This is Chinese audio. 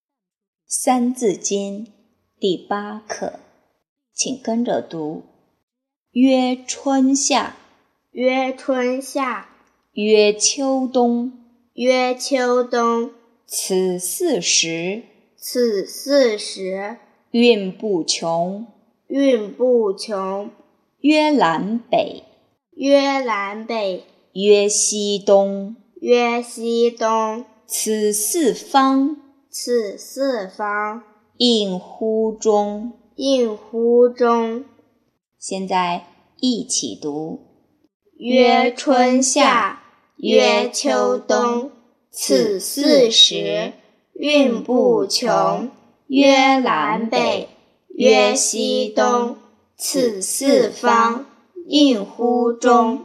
《三字经》第八课，请跟着读：曰春夏，曰春夏，曰秋冬，曰秋冬，此四时，此四时，运不穷；运不穷。曰南北，曰南北，曰西东，曰西东，此四方，此四方，应乎中。应乎中。现在一起读：曰春夏，曰秋冬，此四时，运不穷。曰南北，曰西东，此四方，应乎中。